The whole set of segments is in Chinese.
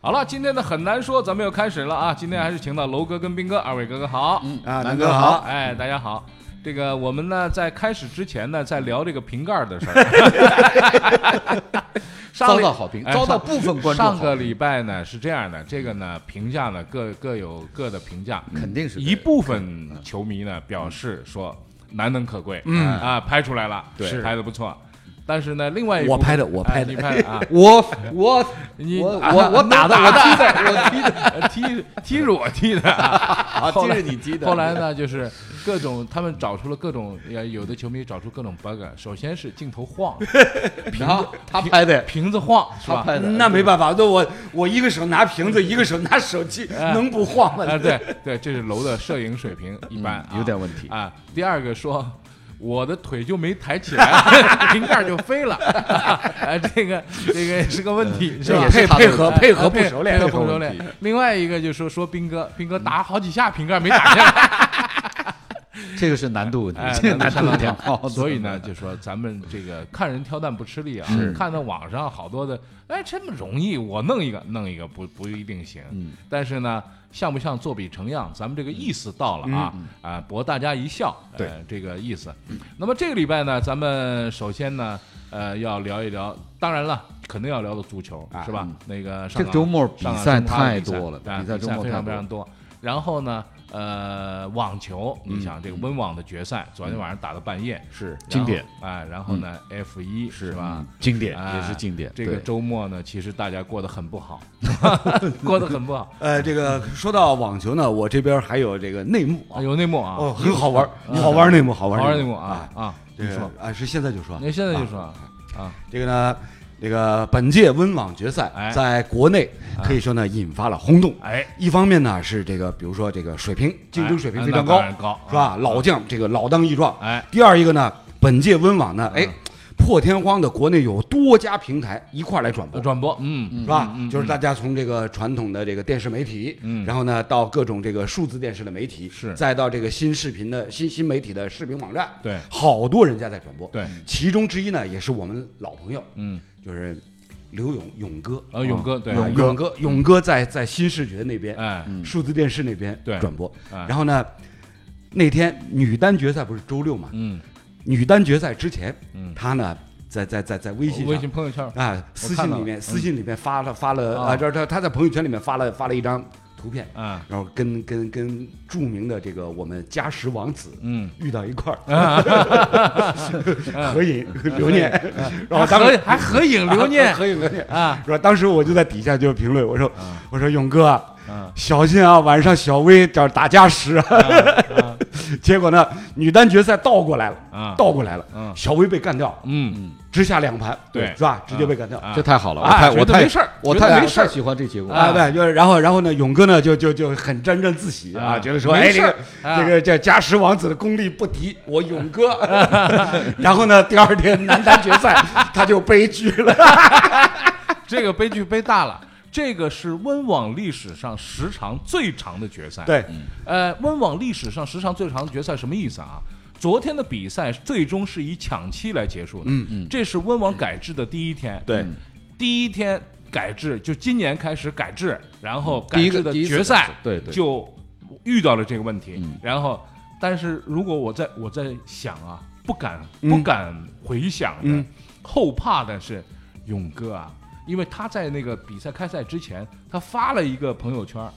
好了，今天的很难说，咱们又开始了啊！今天还是请到楼哥跟斌哥，二位哥哥好，嗯啊，南南哥哥好好，哎，大家好。这个我们呢，在开始之前呢，在聊这个瓶盖的事儿。上遭个到好评，哎遭到上部分观众好上评个礼拜呢是这样的，这个呢评价呢各各有各的评价，肯定是一部分球迷呢表示说难能可贵，嗯啊拍出来了，对，拍的不错。但是呢，另外一我部分拍的我哎拍的你拍的啊，我我你我啊我我打的我踢的我踢的呃踢踢着我踢的啊，啊，后来这是你踢的。后来呢，就是各种他们找出了各种，呃有的球迷找出各种 bug。首先是镜头 晃，然后他拍的，瓶子晃，是他吧？拍的，嗯那没办法，那我我一个手拿瓶子，一个手拿手机，能不晃吗？啊，对对，这是楼的摄影水平一般啊，嗯有点问题啊。第二个说。我的腿就没抬起来， 瓶盖就飞了，啊，这个这个也是个问题，是这吧也？配是他配的合哎配合不配熟练，配合不熟配合练。另外一个就说说斌哥，斌哥打好几下瓶盖没打下来，这个是难度问题哎，这个难难度度有上点高。 所以 呢，就说咱们这个看人挑担不吃力啊，看到网上好多的，哎，这么容易，我弄一个弄一个不不一定行，嗯但是呢，像不像做比成样，咱们这个意思到了啊嗯啊，博大家一笑，对这个意思。那么这个礼拜呢，咱们首先呢，呃，要聊一聊，当然了，肯定要聊到足球是吧？那个上啊嗯这港周末比上港赛申花的太比多了啊比比赛周末非太常非多常多。然后呢，呃，网球，嗯你想这个温网的决赛，昨天晚上打到半夜，是然后经典啊。然后呢，F 一是吧嗯？经典哎也是经典。这个对周末呢，其实大家过得很不 好，过得很不好。呃，这个说到网球呢，我这边还有这个内幕啊，有内幕啊， 哦，很好玩，好玩内幕，好好玩玩内幕啊啊！这你个说，啊，是现在就说，那现在就啊说啊，这个呢，这个本届温网决赛哎啊在国内可以说呢引发了轰动。哎，一方面呢是这个，比如说这个水平竞争水平哎非常那高当，然高啊是吧？老将这个老当益壮。哎，第二一个呢，本届温网呢，哎嗯，破天荒的国内有多家平台一块儿来转播。转播，嗯是吧？就是大家从这个传统的这个电视媒体，嗯然后呢，到各种这个数字电视的媒体，是再到这个新视频的新新媒体的视频网站，对好多人家在转播，对其中之一呢，也是我们老朋友，嗯，就是刘勇勇哥，啊呃，勇哥对，勇勇哥，勇哥在在新视觉那边，哎，数字电视那边对转播，哎然后呢，那天女单决赛不是周六嘛，嗯，女单决赛之前，嗯他呢在在在在微信上微信朋友 圈，啊，私看信到里了嗯面，私信里面发了发了啊啊，这这他在朋友圈里面发了发了一张图片，啊，然后跟跟跟著名的这个我们嘉实王子嗯，遇到一块啊 儿合影留念，然还后当合时还合影嗯留念 合影留念。啊，然后当时我就在底下就评论，我说我说勇哥啊嗯，小心啊，晚上小薇找打嘉实啊。 结果呢，女单决赛倒过来啊 了，倒过来了嗯，小薇被干掉，嗯，直下两盘，对是吧？直接被啊干掉。啊这太好了，我啊太觉我得太没事儿我觉得太没我事儿太喜欢这结果了。啊，对，就是然后然后呢，勇哥呢就就就很沾沾自喜啊啊，觉得说，没哎，事这儿个啊这个这加时王子的功力不敌我勇 哥。 然后呢，第二天男单决赛他就悲剧嗯了，这个悲剧悲大了。这个是温网历史上时长最长的决赛。对，呃，温网历史上时长最长的决赛什么意思啊？昨天的比赛最终是以抢七来结束的。嗯嗯，这是温网改制的第一天。对，第一天改制就今年开始改制，然后嗯第改一制个的第一次决赛对对嗯就遇到了这个问题。然后，但是如果我在我在想啊，不敢嗯不敢回想的，嗯后怕的是勇哥啊，因为他在那个比赛开赛之前，他发了一个朋友圈儿，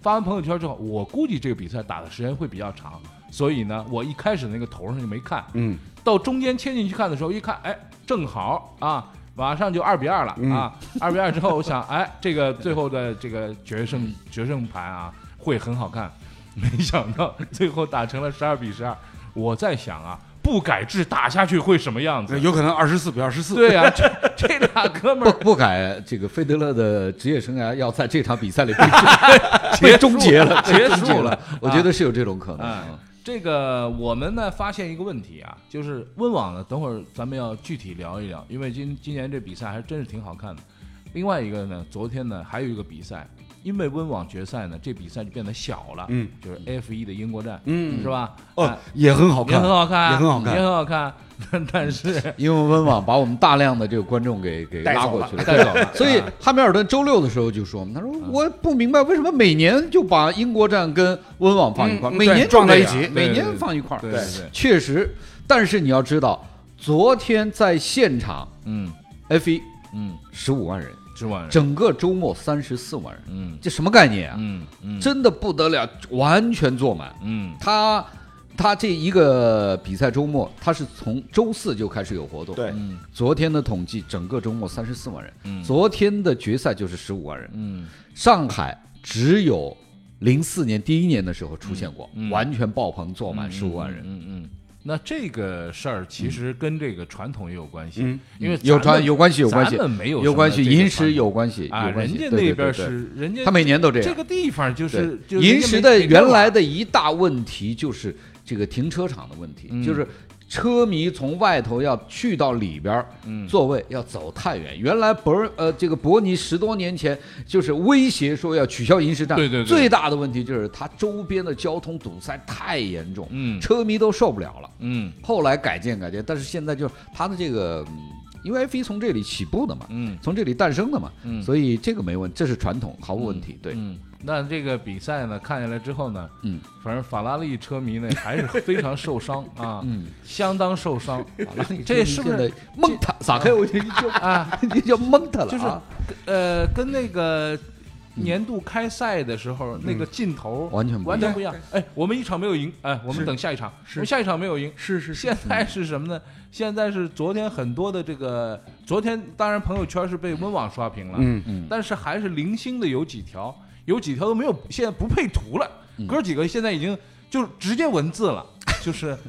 发完朋友圈之后，我估计这个比赛打的时间会比较长，所以呢，我一开始那个头上就没看，嗯，到中间切进去看的时候，一看，哎，正好啊，马上就二比二了、啊，二比二之后，我想，哎，这个最后的这个决胜决胜盘啊，会很好看。没想到最后打成了十二比十二，我在想啊，不改制打下去会什么样子？有可能二十四比二十四。对啊，这这俩哥们不儿不改这个费德勒的职业生涯要在这场比赛 里被被终结了，结被终束结了了。我觉得是有这种可能哎嗯啊。，这个我们呢发现一个问题啊，就是温网呢，等会儿咱们要具体聊一聊，因为今今年这比赛还真是挺好看的。另外一个呢，昨天呢还有一个比赛，因为温网决赛呢，这比赛就变得小了，嗯，就是 F 一的英国站，嗯是吧？哦啊，也很好也看，很好看，也很好看也很好看， 但 是因为温网把我们大量的这个观众给给带走拉过了去了，带走了所以汉密尔顿周六的时候就说嘛，他说我不明白为什么每年就把英国站跟温网放一块儿，嗯每对年就撞在这一样起每对年对放一块儿，对对对，确实。但是你要知道，昨天在现场嗯 F 一嗯，十五万人，之万人，整个周末三十四万人，嗯这什么概念啊？嗯嗯，真的不得了，完全坐满。嗯他他这一个比赛周末，他是从周四就开始有活动，对，嗯昨天的统计，整个周末三十四万人，嗯昨天的决赛就是十五万人。嗯上海只有零四年第一年的时候出现过，嗯嗯完全爆棚，坐满十五万人。嗯嗯嗯。那这个事儿其实跟这个传统也有关系，嗯因为有传传有关系，有关系咱，们没有有关系，银银石有关系，有啊，关人系。家对对那边对对是人家他每年都这样。这个地方就是对就银人家石没的没原办法来的一大问题就是这个停车场的问题，嗯就是车迷从外头要去到里边儿，嗯座位要走太远。原来伯呃这个伯尼十多年前就是威胁说要取消银石站，对对对最大的问题就是它周边的交通堵塞太严重，嗯车迷都受不了了。嗯后来改建改建，但是现在就是它的这个，嗯因为 F 一从这里起步的嘛，嗯从这里诞生的嘛，嗯所以这个没问，这是传统，毫无问题。对，嗯，那这个比赛呢，看下来之后呢，嗯，反正法拉利车迷呢还是非常受 伤啊，嗯，相当受 伤，这这是是不不是是嗯蒙他？撒开 我就 啊？就就蒙他了啊，就是呃，跟那个年度开赛的时候那个劲头嗯完全不一样完全不一样。哎，我们一场没有赢，哎，我们等下一场，我们下一场没有赢。是是现在是什么呢？现在是昨天很多的这个，昨天当然朋友圈是被温网刷屏了，嗯嗯但是还是零星的有几条，有几条都没有，现在不配图了，嗯哥几个现在已经就直接文字了，就是。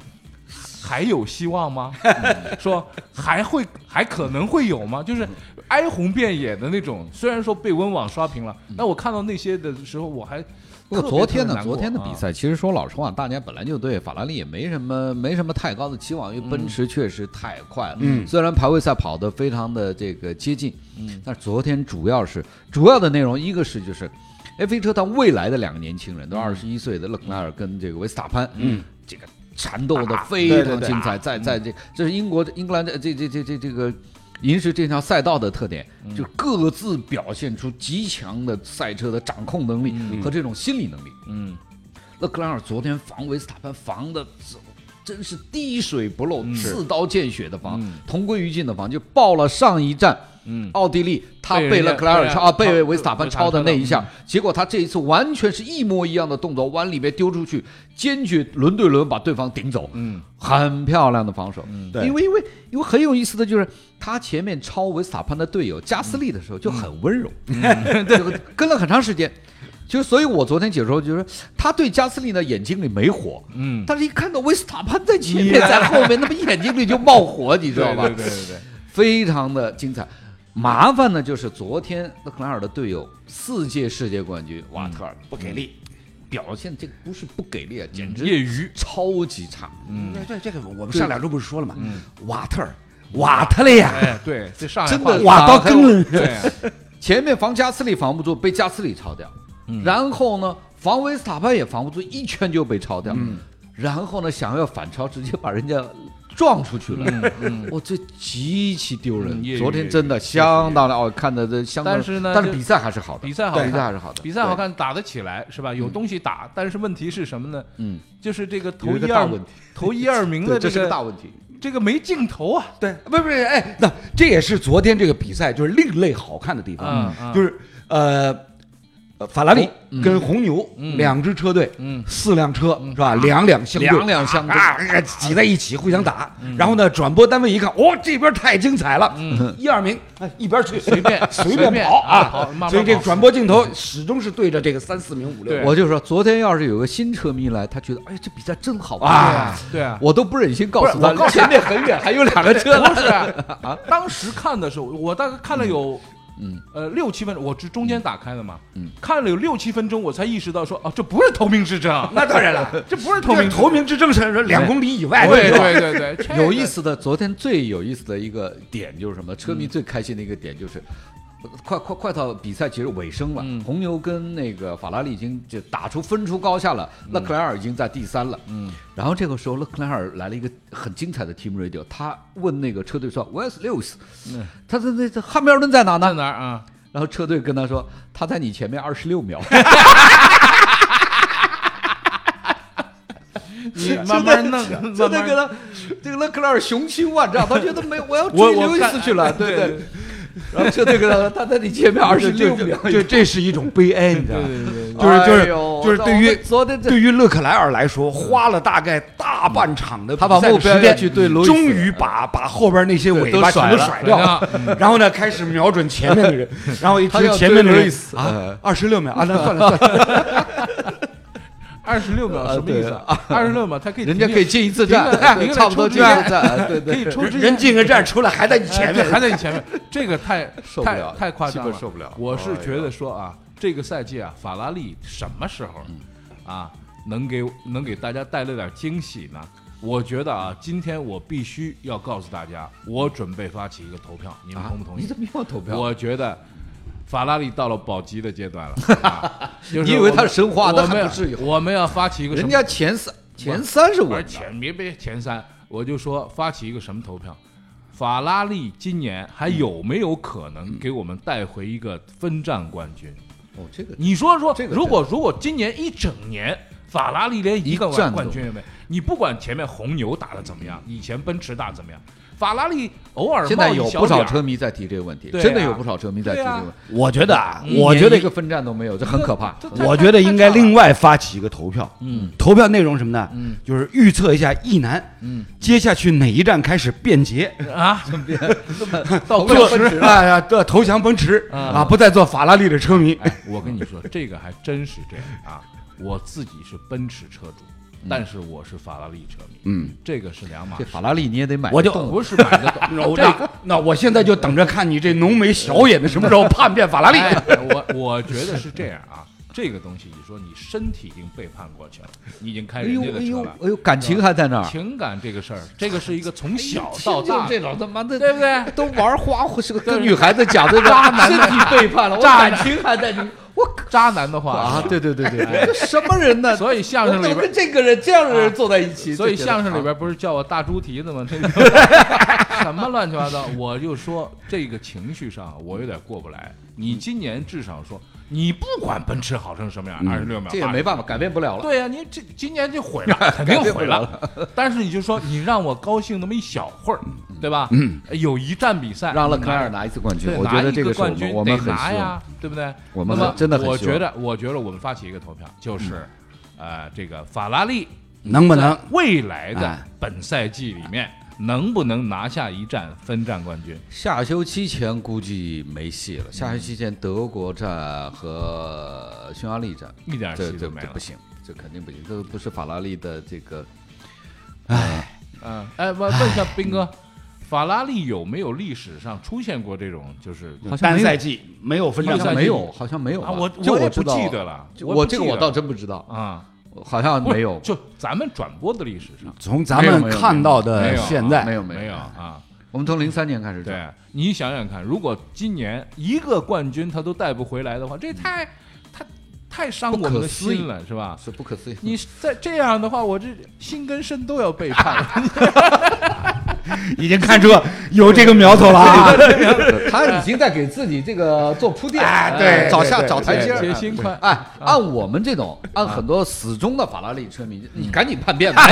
还有希望吗？ 说还会还可能会有吗？就是哀鸿遍野的那种。虽然说被温网刷屏了，嗯那我看到那些的时候，我还不过昨特别特天别呢，难过昨天的比啊，赛其实说老实话，大家本来就对法拉利也没什么没什么太高的期望，因为奔嗯驰确实太快了。嗯虽然排位赛跑得非常的这个接近，嗯，但是昨天主要是主要的内容，一个是就是。F1 车坛未来的两个年轻嗯人，都二十一岁的勒克莱尔跟这个维斯塔潘，嗯，这个缠斗啊的对非对常对精彩，在在这这是英国英格兰这这这这这这个银石这条赛道的特点，嗯就各自表现出极强的赛车的掌控能力和这种心理能力。嗯勒克莱尔昨天防维斯塔潘防的真是滴水不漏、嗯刺刀见血的防，嗯同归于尽的防，就爆了上一站嗯，奥地利他被人被家勒克莱尔对啊超啊，被超维斯塔潘被嗯超的那一下超，结果他这一次完全是一模一样的动作，往里面丢出去，坚决轮对轮把对方顶走，嗯，很漂亮的防守。对因为因为因为很有意思的就是他前面超维斯塔潘的队友加斯利的时候就很温柔，嗯对， 就跟了很长时间。就所以，我昨天解说就是他对加斯利呢眼睛里没火，嗯但是一看到维斯塔潘在前面，在后面，那么眼睛里就冒火，你知道吧？对对对对，非常的精彩。麻烦呢，就是昨天勒克莱尔的队友四届世界冠军嗯瓦特尔不给力。表现，这个不是不给力啊，简业直余超级差。嗯，对，这个我们对上两周不是说了嘛，嗯瓦特尔，瓦特了呀，哎，对，这上海真的话瓦到更了， 对啊，前面防加斯利防不住，被加斯利超掉，嗯然后呢，防维斯塔潘也防不住，一圈就被超掉，嗯然后呢，想要反超，直接把人家撞出去了，我、这极其丢人。嗯嗯业余昨天真的相当的哦，看的这相当，但是呢但是就比赛还是好的，比赛好看比赛还是好的，比赛好看，打得起来是吧？有东西打，但是问题是什么呢？嗯，就是这个有头一个一大二问题头一二对，名对的这是个个大问题。这个没镜头啊，对，不是不是，哎，那这也是昨天这个比赛就是另类好看的地方嗯，嗯就是呃，呃法拉利跟红牛两支车队，嗯四辆车是吧？两两相对，两两相对啊，啊挤在一起互相打。嗯然后呢，转播单位一看，哦，这边太精彩了，一二名，哎，一边去，随便 嗯随随便便跑啊跑啊慢。慢所以这个跑转播镜头始终是对着这个三四名五六对名。我就说，昨天要是有个新车迷来，他觉得，哎呀，这比赛真好看啊！对啊，我都不忍心告不是诉我告他，诉前面很远还有 两个车呢。不是啊，当时看的时候，我大概看了有，嗯，呃，六七分钟，我是中间打开的嘛，嗯，看了有六七分钟，我才意识到说，哦，这不是投名之争，那当然 了，这不是投投名名之投哎名之争是两公里以外争，的，对是吧对对对，这个嗯有意，思的，昨天最有意思的一个点就是什么？车迷最开心的一个点就是，快快快到比赛其实尾声了，嗯红牛跟那个法拉利已经就打出分出高下了，勒克莱尔已经在第三了。嗯，然后这个时候勒克莱尔来了一个很精彩的 team radio，他问那个车队说 Where's Lewis？、嗯他说那这汉密尔顿在哪在哪呢？儿啊？然后车队跟他说他在你前面二十六秒。 你慢慢弄，慢真的慢跟弄。他这个勒克莱尔雄心万丈，他觉得没我要我追我刘易干斯去了，对不 对对？然后车队跟他说他在你 前面二十六秒。就这是一种悲哀，你知道吗？对就是就是哎呦就是对于我们昨天这对于勒克莱尔来说，花了大概大半场的他把比赛的目标时间要去对路易斯终于把把后边那些尾对巴都全甩部了甩掉了，然后呢开始瞄准前面的 人，然后一他听要前面对的路人易斯嗯啊，二十六秒啊，那算了 算了，二十六秒什么意思啊？二十六秒，他可以人家停可以进一次停了站，停了差不多出进去一啊次站，对可以对。抽支人烟，进个站出来还在你前哎对，面还在你前面，这个 太受不太了太夸张基了，哦本受不了我是觉得说啊，这个赛季啊，法拉利什么时候啊能给能给大家带来点惊喜呢？我觉得啊，今天我必须要告诉大家，我准备发起一个投票，你们啊同不同你意？怎么又投票？我觉得法拉利到了保级的阶段 了。啊就是你以为我它们神话我那还们不至于我们要发起一个什人么家前三前三是不我是前别别前三，我就说发起一个什么投票，法拉利今年还有没有可能给我们带回一个分站冠军？哦，这个你说说这，个如果如果今年一整年法拉利连一个一战冠冠都军也没，你不管前面红牛打的怎么样，以前奔驰打得怎么样，法拉利偶尔现在冒一有小不少点儿车迷在提这个问题，对啊真的有不少车迷在提这对啊个问题。我觉得啊，一我年觉得一个分站都没有，这很可怕。这这我觉得应该另外发起一个投票，嗯，投票内容什么呢？嗯，就是预测一下一男，嗯，接下去哪一站开始便捷，啊，到就奔驰嗯了，啊，对，投降奔驰啊，不再做法拉利的车迷。哎，我跟你说，这个还真是这样啊！我自己是奔驰车主，但是我是法拉利车迷，嗯，这个是两码嗯这事。法拉哦利你也得买个啊我就动物。不是买 得懂，那我那哦那我现在就等着看你这浓眉小眼的什么时候叛变法拉利。哎我我觉得是这样啊，这个东西你说你身体已经背叛过去了，你已经开哎人呦家的哎车呦了，哎呦，感情还在那儿。情感这个事儿，这个是一个从小哎到大这种他妈的，对不对都玩花是个跟女孩子讲这个渣男的身体背叛了，我渣男感情还在你，我渣男的话啊，对对对对，这什么人呢？哎所以相我声怎里么边跟。这个人这样的人坐在一起？所以就觉得相声里啊边不是叫我大猪蹄子吗？ 这个什么乱七八糟，我就说这个情绪上啊我有点过不来。嗯你今年至少说，你不管奔驰好成什么样，二十六秒，嗯这也没办法，改变不了了。对呀、你这今年就毁 了，肯定毁了。但是你就说，你让我高兴那么一小会儿，对吧？嗯，有一站比赛让勒克克莱莱尔拿一次冠军，对，我觉拿得一这个是我冠们军我得们很拿希望呀。，对不对？我们那么很真的很我希望嗯觉得，我觉得我们发起一个投票，就是，呃，这个法拉利 能不能在未来的哎本赛季里面能不能拿下一站分站冠军？下休期前估计没戏了，下休期前德国站和匈牙利站，一点这哎戏这都没这了不。行，这肯定不行，这不是法拉利的这个嗯，哎，问问一下斌哥，法拉利有没有历史上出现过这种就是好像单没有赛季没有分好站分站赛像没季有，好像没有吧啊？我就也我不知道记得了，就我不这个记我得倒了真不知道，啊，好像不是没有，就咱们转播的历史上从咱没有们没有看到没的有现在，没有哎没没有有。啊。我们从零三年开始讲，对啊你想想看，如果今年一个冠军他都带不回来的话，这太太太伤我们的心了，是吧？是嗯不可思议。你再这样的话，我这心跟肾都要背叛 了。已经看出有这个苗头了啊！他已经在给自己这个做铺垫，哎对哎找对下对找台 阶儿，解心宽哎，按我们这种，按很多死忠的法拉利车迷，嗯你赶紧 叛变吧，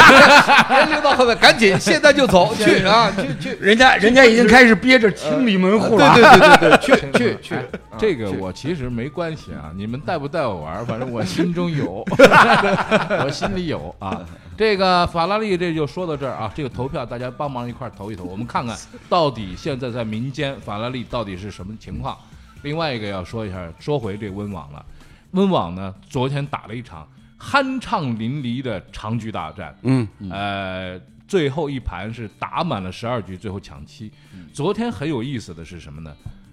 别留到后面，赶紧现在就走去啊，去去，人家人家已经开始憋着清理门户了啊。呃对对对对对，去去去哎，这个 我其实没关系啊，你们带不带我玩儿，反正我心中 有，我心里有啊。这个法拉利这就说到这儿啊，这个投票大家帮忙一块儿投一投，我们看看到底现在在民间法拉利到底是什么情况。另外一个要说一下，说回这温网了，温网呢昨天打了一场酣畅淋漓的长局大战，嗯，呃，最后一盘是打满了十二局，最后抢七。嗯昨天很有意思的是什么呢？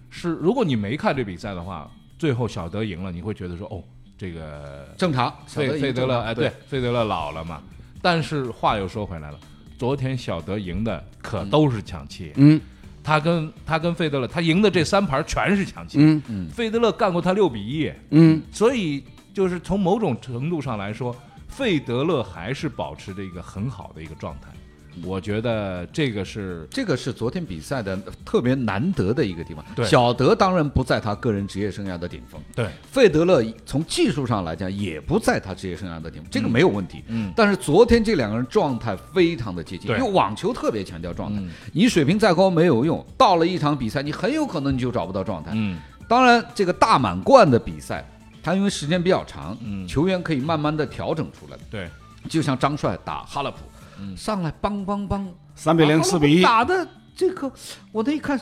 是如果你没看这比赛的话，最后小德赢了，你会觉得说哦，这个正常，小费德已经费德正勒常哎，对对，，费德勒老了嘛。嗯但是话又说回来了，昨天小德赢的可都是抢七，嗯，他跟他跟费德勒，他赢的这三盘全是强棋。嗯费德勒干过他六比一，嗯所以就是从某种程度上来说，费德勒还是保持着一个很好的一个状态。嗯我觉得这个是这个是昨天比赛的特别难得的一个地方。对小德当然不在他个人职业生涯的顶峰，对，费德勒从技术上来讲也不在他职业生涯的顶峰，这个没有问题。嗯但是昨天这两个人状态非常的接近，对因为网球特别强调状态，嗯你水平再高没有用，到了一场比赛，你很有可能你就找不到状态。嗯当然，这个大满贯的比赛，它因为时间比较长，嗯球员可以慢慢的调整出来。对，就像张帅打哈勒普，嗯上来梆梆梆， 三比零啊四比一，打的这个，我那一看，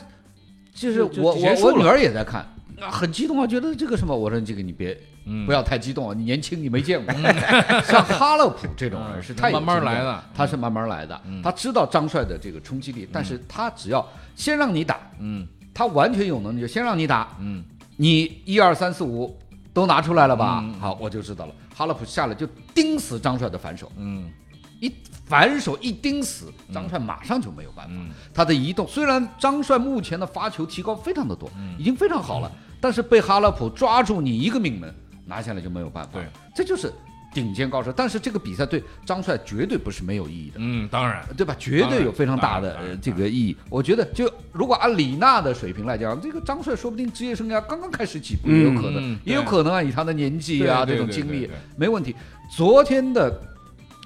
就是就就我结我束我了女儿也在看，啊，很激动啊，觉得这个什么，我说这个你别。嗯不要太激动啊！你年轻，你没见过。 像哈勒普这种人嗯是太有慢慢经验来的嗯了他是慢慢来的。他知道张帅的这个冲击力，但是他只要先让你打，嗯他完全有能力就先让你打，嗯你一二三四五都拿出来了吧？嗯好，我就知道了。哈勒普下来就盯死张帅的反手，嗯一反手一盯死，张帅马上就没有办法。嗯他的移动虽然张帅目前的发球提高非常的多，嗯已经非常好了，但是被哈勒普抓住你一个命门拿下来就没有办法。对，这就是顶尖高手。但是这个比赛对张帅绝对不是没有意义的。嗯，当然，对吧？绝对有非常大的当然当然呃这个意义。我觉得，就如果按李娜的水平来讲，这个张帅说不定职业生涯刚刚开始起步，也有可能嗯，也有对可能啊，以他的年纪啊对这对种对经对历对没问题。昨天的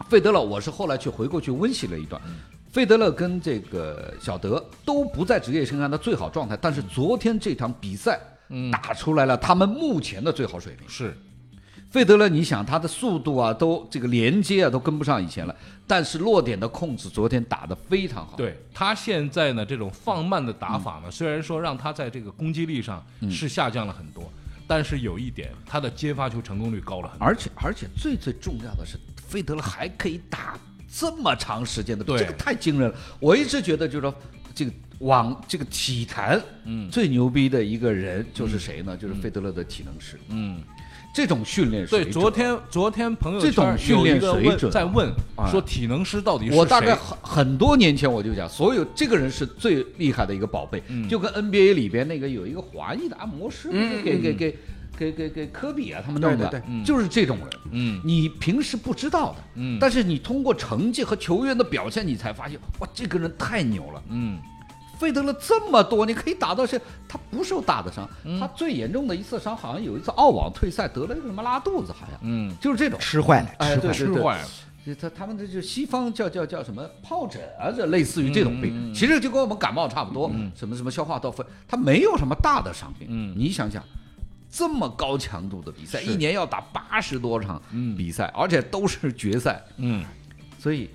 费德勒，我是后来去回过去温习了一段。嗯费德勒跟这个小德都不在职业生涯的最好状态，但是昨天这场比赛嗯打出来了他们目前的最好水平。是费德勒，你想他的速度啊，都这个连接啊，都跟不上以前了。但是落点的控制，昨天打得非常好。，嗯对他现在呢这种放慢的打法呢，虽然说让他在这个攻击力上是下降了很多，但是有一点，他的接发球成功率高了很多。而且而且最最重要的是，费德勒还可以打这么长时间的，对这个太惊人了。我一直觉得就是说，这个网这个体坛，嗯，最牛逼的一个人就是谁呢？就是费德勒的体能师。嗯，这种训练水对，准啊昨天昨天朋友这种圈训有练一个水问准啊在问哎说体能师到底是谁？我大概很很多年前我就讲，所有这个人是最厉害的一个宝贝，嗯就跟 NBA 里边那个有一个华裔的按摩师，嗯给嗯给给给给给科比啊他们弄的，对对对就是这种人。嗯你平时不知道的，嗯但是你通过成绩和球员的表现，你才发现，哇，这个人太牛了。嗯费德勒这么多，你可以打到是，他不受大的伤，他最严重的一次伤好像有一次澳网退赛得了一个什么拉肚子，好像，嗯，就是这种。吃坏了，哎，吃坏对了。对吃对，坏了。这他他们这就西方叫叫叫什么疱疹啊，这类似于这种病，嗯嗯嗯其实就跟我们感冒差不多，什么什么消化道肺，它没有什么大的伤病。嗯你想想，这么高强度的比赛，一年要打八十多场嗯比赛，而且都是决赛，嗯，所以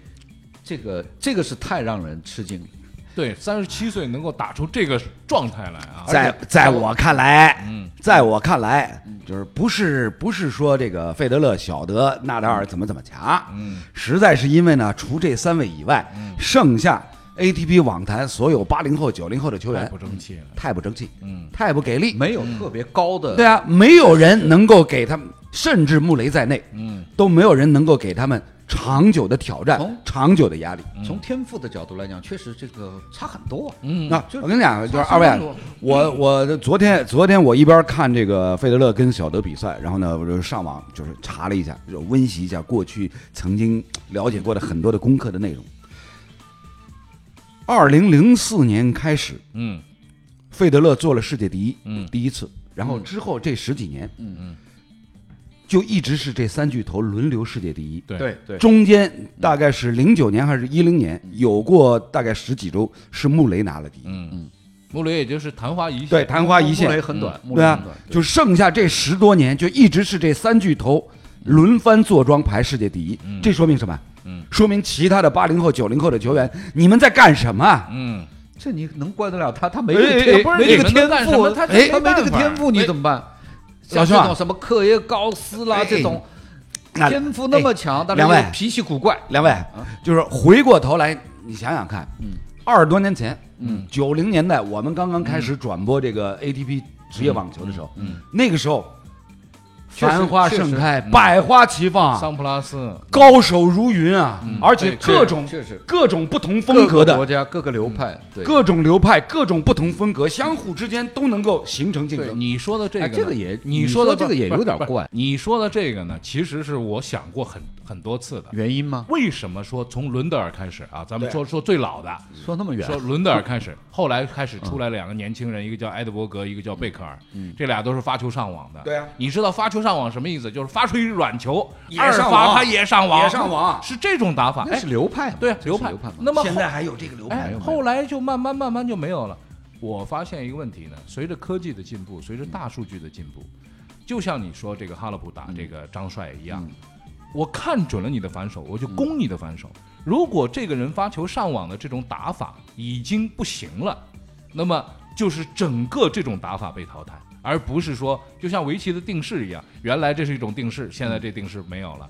这个这个是太让人吃惊了。对，三十七岁能够打出这个状态来啊，在在我看来，嗯在我看来，就是不是不是说这个费德勒、小德、纳达尔怎么怎么强，嗯实在是因为呢，除这三位以外，剩下 ATP 网坛所有八零后、九零后的球哎太员不争气了。太不争气，嗯，太不给力，没有特别高的，对啊，没有人能够给他们，甚至穆雷在内，嗯，哦都没有人能够给他们长久的挑战从、长久的压力。从天赋的角度来讲，确实这个差很多、啊。嗯那就我跟你讲，就是差二位啊差不多，我嗯我昨天昨天我一边看这个费德勒跟小德比赛，然后呢，我就上网就是查了一下，就温习一下过去曾经了解过的很多的功课的内容。二零零四年开始，嗯费德勒做了世界第一，嗯第一次，然后嗯之后这十几年，嗯嗯，就一直是这三巨头轮流世界第一。对对，中间大概是零九年还是一零年，有过大概十几周是穆雷拿了第一，嗯嗯，穆雷也就是昙花一现。嗯对，昙花一现穆。雷很短，穆对雷啊很短，，就剩下这十多年，就一直是这三巨头轮番坐庄排世界第一。这说明什么？嗯说明其他的八零后、九零后的球员，你们在干什么啊？嗯，这你能怪得了他？他没哎这个天，哎哎没这你们个能天干什赋，么他他哎他没这个没办法天赋，你哎怎么办？老像兄这啊种什么克耶高斯啦哎这种，那天赋那么强，但是两位又脾气古怪，两位，就是回过头来，你想想看，二十多年前，嗯，九零年代，我们刚刚开始转播这个 ATP 职业网球的时候，那个时候，确实繁花盛开，百花齐放啊，桑普拉斯，高手如云啊，而且对各种确实各种不同风格各个国的。家各个流派，对，各种流派、各种不同风格，相互之间都能够形成竞对争。你说的这个哎呢，这个也你你说说的这个也有点不是怪不是你说的这个呢，其实是我想过很很多次的。原因吗？为什么说从伦德尔开始啊？咱们对说说最老的，说那么远说，伦德尔开始，后来开始出来两个年轻人，一个叫埃德伯格，一个叫贝克尔，嗯这俩都是发球上网的。对啊你知道发球上网什么意思？就是发出一软球，也二上发网他也上网，也上网是这种打法。那哎是，流派嘛，对这，是流派流派嘛。那么现后在还有这个流派哎，，后来就慢慢慢慢就没有了。我发现一个问题呢，随着科技的进步，随着大数据的进步，就像你说这个哈勒布打这个张帅一样，我看准了你的反手，我就攻你的反手。如果这个人发球上网的这种打法已经不行了，那么就是整个这种打法被淘汰，而不是说就像围棋的定式一样，原来这是一种定式，现在这定式没有了。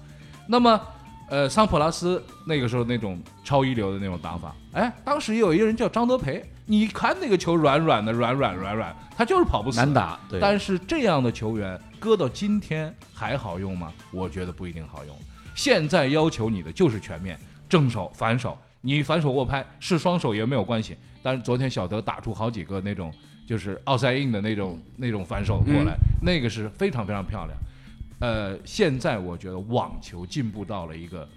那么，呃，桑普拉斯那个时候那种超一流的那种打法，哎，当时也有一个人叫张德培，你看那个球软软的，软软软软，他就是跑不死，难。打，对，但是这样的球员搁到今天还好用吗？我觉得不一定好用。现在要求你的就是全面，正手、反手，你反手握拍是双手也没有关系。但是昨天小德打出好几个那种就是奥赛印的那种那种反手过来，那个是非常非常漂亮。呃，现在我觉得网球进步到了一个，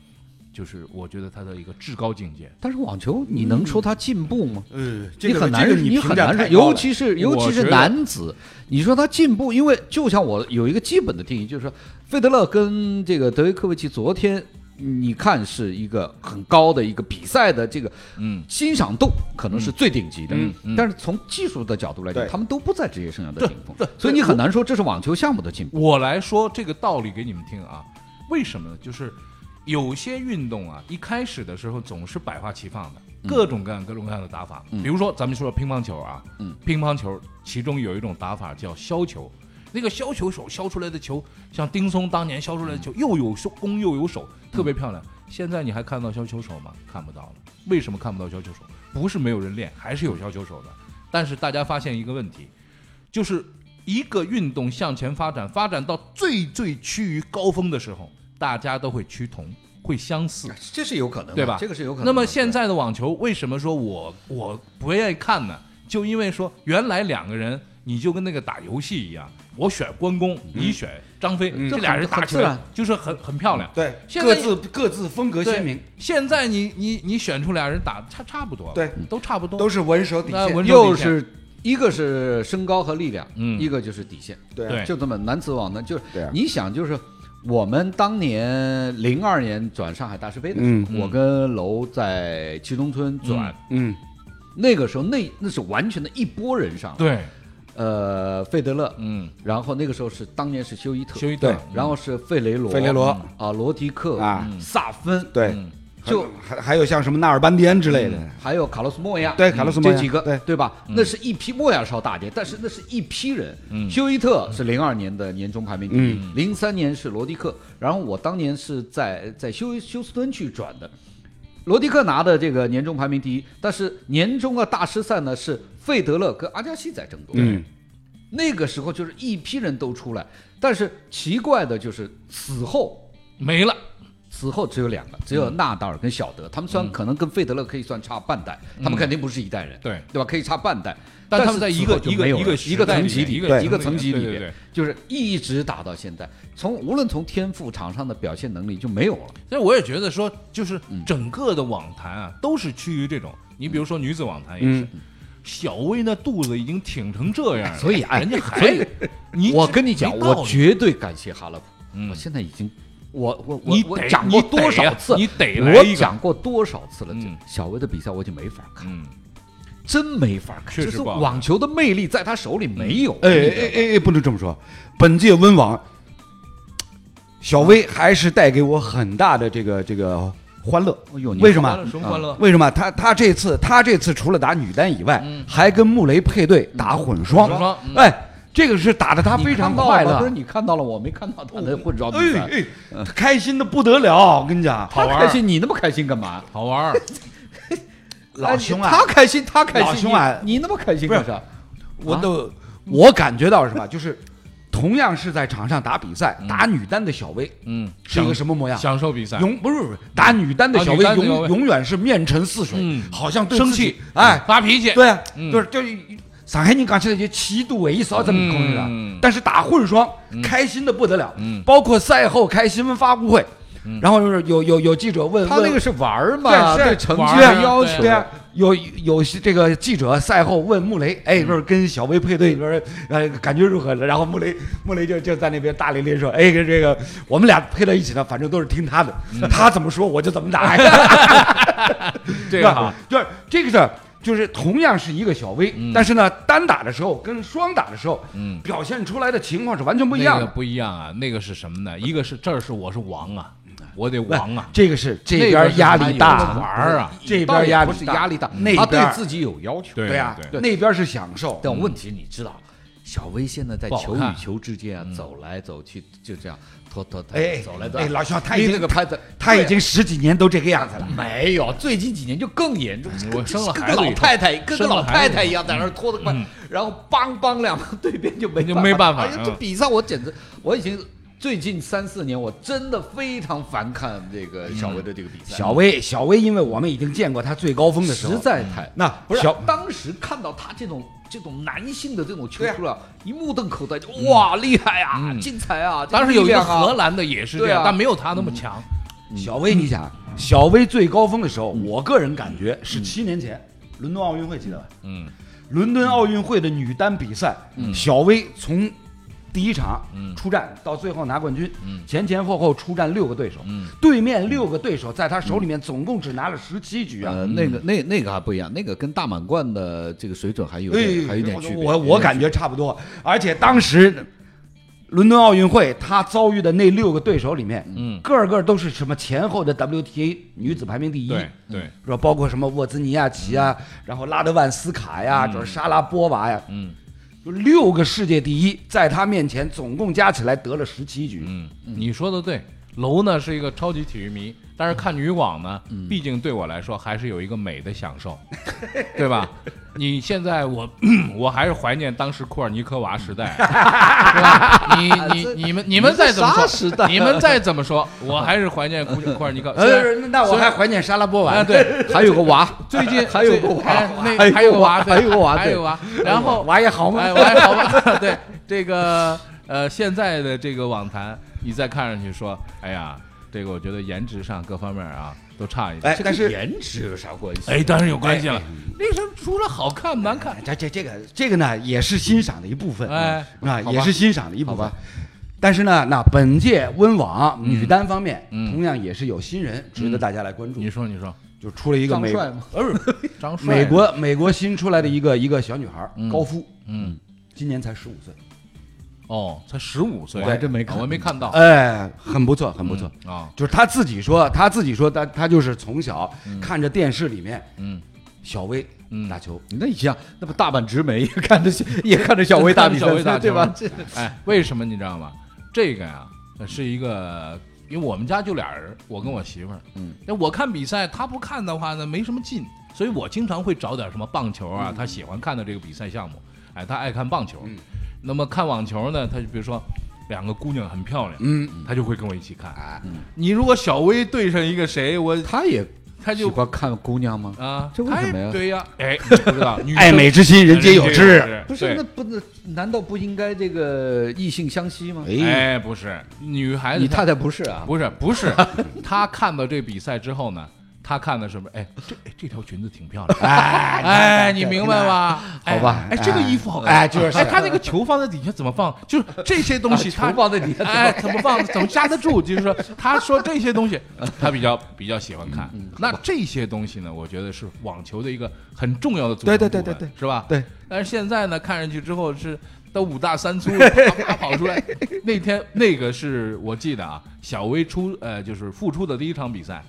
就是我觉得它的一个至高境界。但是网球你能说它进步吗？嗯，你很难，这个你评很价难太说，高尤了其是尤我其觉是得男子，你说他进步，因为就像我有一个基本的定义，就是说，费德勒跟这个德约科维奇昨天，你看是一个很高的一个比赛的这个嗯，欣赏度，可能是最顶级的，嗯嗯但是从技术的角度来讲，对他们都不在职业生涯的顶峰，所以你很难说这是网球项目的进步。我来说这个道理给你们听啊，为什么呢？就是有些运动啊，一开始的时候总是百花齐放的，各种各样、各种各样的打法。比如说，咱们说乒乓球啊，嗯乒乓球其中有一种打法叫削球，那个削球手削出来的球，像丁松当年削出来的球，又有手攻又有手，特别漂亮。现在你还看到削球手吗？看不到了。为什么看不到削球手？不是没有人练，还是有削球手的。但是大家发现一个问题，就是一个运动向前发展，发展到最最趋于高峰的时候，大家都会趋同，会相似。这是有可能的对吧这个是有可能的。那么现在的网球为什么说我我不愿意看呢？就因为说原来两个人，你就跟那个打游戏一样，我选关公，你选张飞，这俩人打起嗯很自来然嗯就是很很漂亮。对，现在各自各自风格对鲜明，现在你你你选出俩人打差差不多，对，都差不多，都是文手底那线。文手又底线是一个是身高和力量，嗯一个就是底线。对对就这么男子网呢，就是对啊你想，就是我们当年零二年转上海大师杯的时嗯候，我跟楼在七中村转，嗯，那个时候那那是完全的一波人上，，对，呃，费德勒，嗯，然后那个时候是当年是休伊特，休伊特对，然后是费雷罗，费雷罗啊，罗迪克啊，萨芬，对，嗯就还还有像什么纳尔班迪恩之类的，还有卡洛斯莫亚，嗯对卡洛斯莫亚这几个，对嗯对吧？那是一批莫亚稍大点，但是那是一批人。休伊特是零二年的年终排名第嗯一，零三年是罗迪克，然后我当年是在在休休斯敦去转的，罗迪克拿的这个年终排名第一，但是年终的大师赛呢是费德勒跟阿加西在争夺，嗯，那个时候就是一批人都出来，但是奇怪的就是此后没了，此后只有两个，只有纳达尔跟小德。他们虽然可能跟费德勒可以算差半代，他们肯定不是一代人，对对吧？可以差半代，但但他们在是一此个后就一个没有一个了时一个代层里级面里一个边层一个级层级对里对边对，就是一直打到现在，从无论从天赋场上的表现能力就没有了。所以我也觉得说，就是整个的网坛啊，都是趋于这种。你比如说女子网坛也嗯是，小薇那肚子已经挺成这样了，所以哎人家还所以你我跟你讲，没道理我绝对感谢哈勒普。嗯我现在已经，我我我你我得讲你过得多少呀次？你得来一我个讲过多少次了？这嗯小威的比赛我已经没法看，嗯，真没法看。确实就是不好看网球的魅力在他手里没有。哎你知道吗哎哎哎，不能这么说，本届温网，小威还是带给我很大的这个这个欢乐。哎呦你为什么啊欢乐什么欢乐？为什么他他这次他这次除了打女单以外，还跟穆雷配对打混双？嗯混双嗯哎，这个是打的他你非常看到快了吗乐不是，你看到了，我没看到他的混双比赛。哎嗯哎，他开心的不得了，我跟你讲，好玩他儿开心，你那么开心干嘛？好玩儿，老兄啊哎，他开心，他开心，老兄啊你你那么开心干啥？啊我都我感觉到是什么？就是同样是在场上打比赛，打女单的小威嗯，是一个什么模样？享受比赛，永不是不是打女单的啊小女威单的小永威永远是面沉似水嗯，好像对生自己气，哎，发脾气，对啊嗯，就是就是上海人讲起来就气度为少这么东西了嗯，啊但是打混双嗯开心的不得了嗯，包括赛后开新闻发布会，然后就是有有有记者问嗯他问那个是玩儿嘛，对是对成绩玩儿的要求对，啊，有有些这个记者赛后问穆雷，哎，不是跟小薇配对，不是呃感觉如何了？然后穆雷穆雷就就在那边大咧咧说，哎，跟这个我们俩配到一起呢，反正都是听他的，嗯他怎么说我就怎么打呀。这个好，就是这个事儿。就是同样是一个小薇，但是呢，单打的时候跟双打的时候，嗯表现出来的情况是完全不一样那的个。不一样啊，那个是什么呢？一个是这儿是我是王啊，我得不王啊，这个是这那边是压他力有大的玩儿啊，这倒边也压不力是大嗯压力大，那他边对自己有要求。对呀对，那边是享受，但问题你知道，小威现在在不好球看与球之间啊走来走去，就这样拖拖拖哎，走来走哎，去。老兄，他已拎经了个拍子，他已对经十几年都这个样子了。没有，最近几年就更严重，我生了跟孩个子以老后太太跟个生了老孩太子太以后一样在那儿拖得快嗯，然后梆梆两个对边就没就没办法哎呀，这嗯比赛我简直，我已经最近三四年我真的非常反感这个小威的这个比赛，小薇，小薇，因为我们已经见过她最高峰的时候，嗯实在太那不是小当时看到他这种这种男性的这种球出来，一目瞪口呆，就哇，厉害啊，嗯精彩啊！当时有一这个力量啊荷兰的也是这对样啊，但没有他那么强。嗯小薇，你想，小薇最高峰的时候，我个人感嗯觉是七年前伦敦奥运会，记得吧？嗯伦敦奥运会的女单比赛，嗯小薇从第一场嗯出战到最后拿冠军嗯，前前后后出战六个对手嗯，对面六个对手在她手里面总共只拿了十七局啊。嗯呃，那个那那个还不一样，那个跟大满贯的这个水准还有点、还有点区别。哎我有点我感觉差不多，而且当时伦敦奥运会他遭遇的那六个对手里面，嗯，个儿个儿都是什么前后的 WTA 女子排名第一，对对，是吧？包括什么沃兹尼亚奇啊，然后拉德万斯卡呀，就是莎拉波娃呀，嗯就六个世界第一，在他面前总共加起来得了十七局。嗯，你说的对。楼呢是一个超级体育迷，但是看女网呢，嗯毕竟对我来说还是有一个美的享 受，对吧？你现在我 我还是怀念当时库尔尼科娃时 代，是吧？你啊你你们你们再怎么啥说，时代啊你们再怎么说，我还是怀念库 库尔尼科。虽然呃，那我还怀念莎拉波娃啊，呢。 对，还有个娃，最近 还有个最娃哎，那还有个娃，对还有个娃，还有个对。娃，然后娃也好 嘛哎，，我还好吧。对，这个呃，现在的这个网坛，你再看上去说，哎呀，这个我觉得颜值上各方面啊都差一些。 哎这，跟但是颜值有啥关系？哎，当然有关系了。那时候除了好看难看，这这这个这个呢，也是欣赏的一部分，哎啊，好吧也是欣赏的一部好分吧。但是呢，那本届温网女单方面，嗯同样也是有新人值得大家来关注你，说你说，就出了一个张美帅吗？张帅，美，国美国新出来的一个一个小女孩嗯高夫，嗯，今年才十五岁，哦，才十五岁，我还真没看我还没看到，哎，很不错，很不错。哦嗯啊，就是她自己说，她自己说，她她就是从小看着电视里面嗯，小薇嗯打球，那一样，那不大阪直 美也看着也看着小威大比小威大赛，球对吧？这 哎，为什么你知道吗？这个呀、是一个，因为我们家就俩人，我跟我媳妇儿。嗯，那我看比赛，她不看的话呢，没什么劲，所以我经常会找点什么棒球嗯啊，她喜欢看的这个比赛项目。哎，她爱看棒球。嗯那么看网球呢，她就比如说两个姑娘很漂亮，嗯，她就会跟我一起看。啊哎，你如果小薇对上一个谁，我他也她喜就欢看姑娘吗？啊，这为她什也么呀对呀，哎，你不知道，女爱生美之心，人皆有之。，不对是，那不能，难道不应该这个异性相吸吗？哎，哎，不是，女孩子你她太太不是啊？不是不是，他看到这比赛之后呢，他看的什么？哎，这哎这条裙子挺漂亮。哎哎，你明白吧？哎好吧哎，这个衣服好看。哎就是哎，他那个球放在底下怎么放？就是这些东西，啊他球放在底下怎么哎，怎么放？怎么夹得住？就是说，他说这些东西，他比较比较喜欢看。那这些东西呢，我觉得是网球的一个很重要的组成对对对部分对对，是吧？对。但是现在呢，看上去之后是都五大三 粗，啪啪跑出来。那天那个是我记得啊，小薇出呃就是复出的第一场比赛，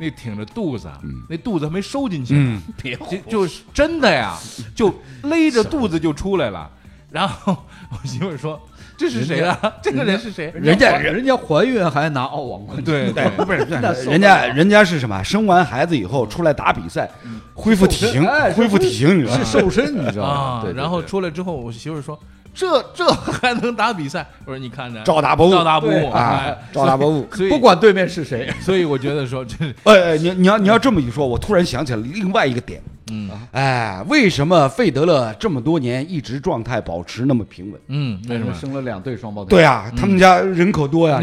那挺着肚子啊，那肚子还没收进去呢，别就就是真的 呀，就勒着肚子就出来了。然后我媳妇儿说：“这是谁啊？这个人是谁？”人家人家怀孕还拿澳网冠军，对对，不是，那受不了人家人家是什么？生完孩子以嗯后出来打比赛，恢复体型哎，恢复体型，你知道是吗？瘦身，你知道吗？啊对，对然后对出来之后，我媳妇儿说：“这这还能打比赛？我说你看着，照打不误，照打不误啊哎，照打不误。所以不，管对面是谁，所以我觉得说这，哎哎，你你要你要这么一说，我突然想起了另外一个点。嗯哎，为什么费德勒这么多年一直状态保持那么平稳？嗯，为什么？生了两对双胞胎？对啊，他们家人口多 呀，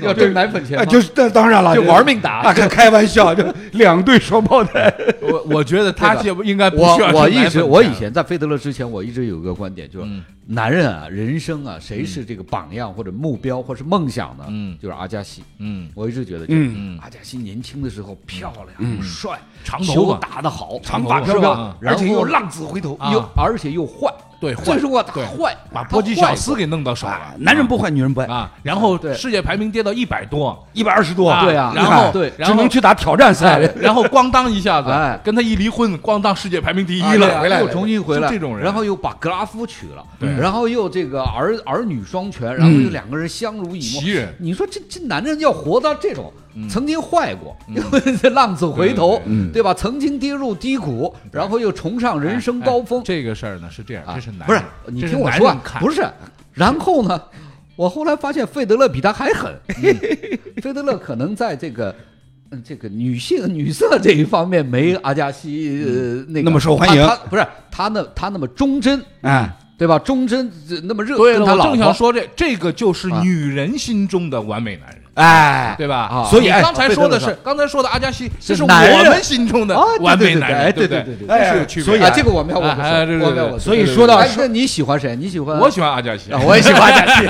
要挣奶粉钱吗？啊，就是当当然了，就玩命打啊，开开玩笑，这两对双胞胎，我我觉得他这不应 该不我需要我是奶一粉啊直钱我以前在费德勒之前，我一直有一个观点，就是嗯男人啊，人生啊，谁是这个榜样或者目标或是梦想呢？嗯就是阿加西。嗯我一直觉得，嗯，阿加西年轻的时候漂亮、嗯帅，嗯长头球发打得好，长发是是吧？吧嗯然而后且又浪子回头啊又而且又坏，对最坏是我打对坏，把他波吉坏小斯过给弄到手 啊了，，男人不坏，女人不爱，啊，然后对世界排名跌到一百多，一百二十多，啊对啊然你看后对然后只能去打挑战赛哎，然后咣当一下子哎，跟他一离婚，咣当世界排名第一啊对了，啊回来又重新回来，就这种人，然后又把格拉夫娶了，对然后又这个儿儿女双全，然后又两个人相濡以沫奇人。嗯你说这这男人要活到这种，曾经坏过，这 浪子回头，对吧？曾经跌入低谷，然后又重上人生高峰哎，这个事儿呢是这样，啊这是男不是人，你这听我男说人啊，看 不是。然后呢，我后来发现费德勒比他还狠， 费德勒可能在这个。嗯这个女性 女色这一方面没阿加西、呃、嗯那个那么受欢迎他他不是他那他那么忠贞，哎，对吧？忠贞这那么热，对跟了，他我老正婆想说这，这个就是啊女人心中的完美男人，哎，对吧？啊所以你哎刚才对说对的对是，刚才说的阿加西，这是是我男人们心中的啊对完美对对男哎人，对不对对对这是哎有区别。所以啊，这个我们要我哎不哎对对说，我们要对我所以说到哎那你喜欢谁？你喜欢我喜欢阿加西，啊我也 喜欢阿加西，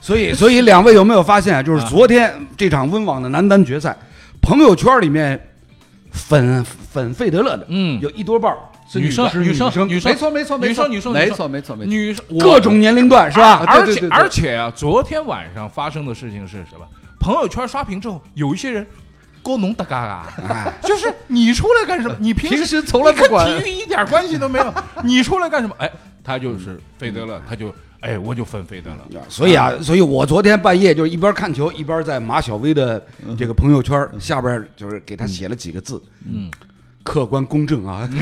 所以，所以两位有没有发现，啊就是啊昨天这场温网的男单决赛，朋友圈里面粉粉费德勒的，嗯有一多半儿是女生是女生女没错没错没女错生女生没错没错没错，女生各种年龄段是吧？啊而对对且对对而且啊，昨天晚上发生的事情是什么？朋友圈刷屏之后，有一些人勾弄的嘎嘎，就是你出来干什么？你平哎平时时从来 不管跟体育一点关系都没有，你出来干什么？哎，他就是费德勒，他就哎，我就分费德勒。所以啊，嗯所以我昨天半夜就是一边看球，一边在马小薇的这个朋友圈下边儿就是给他写了几个字，嗯，客观公正啊，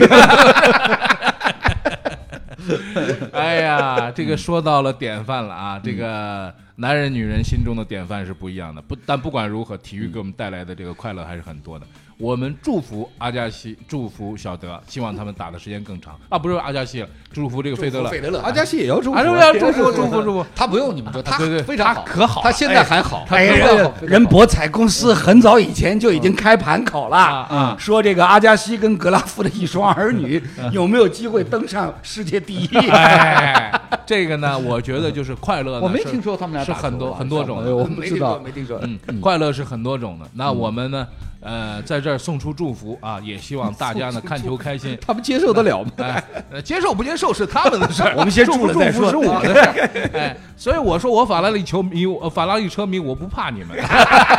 哎呀，这个说到了典范了啊，这个男人女人心中的典范是不一样的。不，但不管如何，体育给我们带来的这个快乐还是很多的。我们祝福阿加西，祝福小德，希望他们打的时间更长啊！不是阿加西了，祝福这个费德勒。德勒阿加西也要祝福，啊对啊祝福祝福祝福 他不用你们说，他对对非常好，他可好了啊他现在还好，他哎呀，非常好非人常人好博彩公司很早以前就已经开盘考了，啊啊说这个阿加西跟格拉夫的一双儿女嗯有没有机会登上世 界第一？哎，这个呢，我觉得就是快乐呢。我没是听说他们俩是打很多球啊很多种哎呦我的，不没知听说，道。没听说。嗯，快乐是很多种的。那我们呢，呃，在这儿送出祝福啊，也希望大家呢看球开心。他们接受得了吗？ 哎，呃接受不接受是他们的事儿，我们先祝住不了祝再福说是我的事 儿。哎，所以我说我法拉利球迷，我法拉利车迷，我不怕你 们。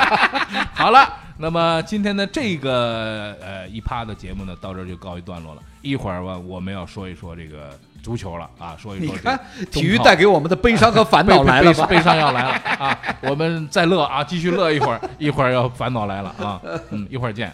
好了，那么今天的这个呃一趴的节目呢，到这儿就告一段落了。一会儿吧，我们要说一说这个足球了啊，说一 你说这看个，体育带给我们的悲伤和烦恼来了吧？悲悲伤要来了 啊！我们再乐啊，继续乐一会儿，一会儿要烦恼来了啊！嗯，一会儿见。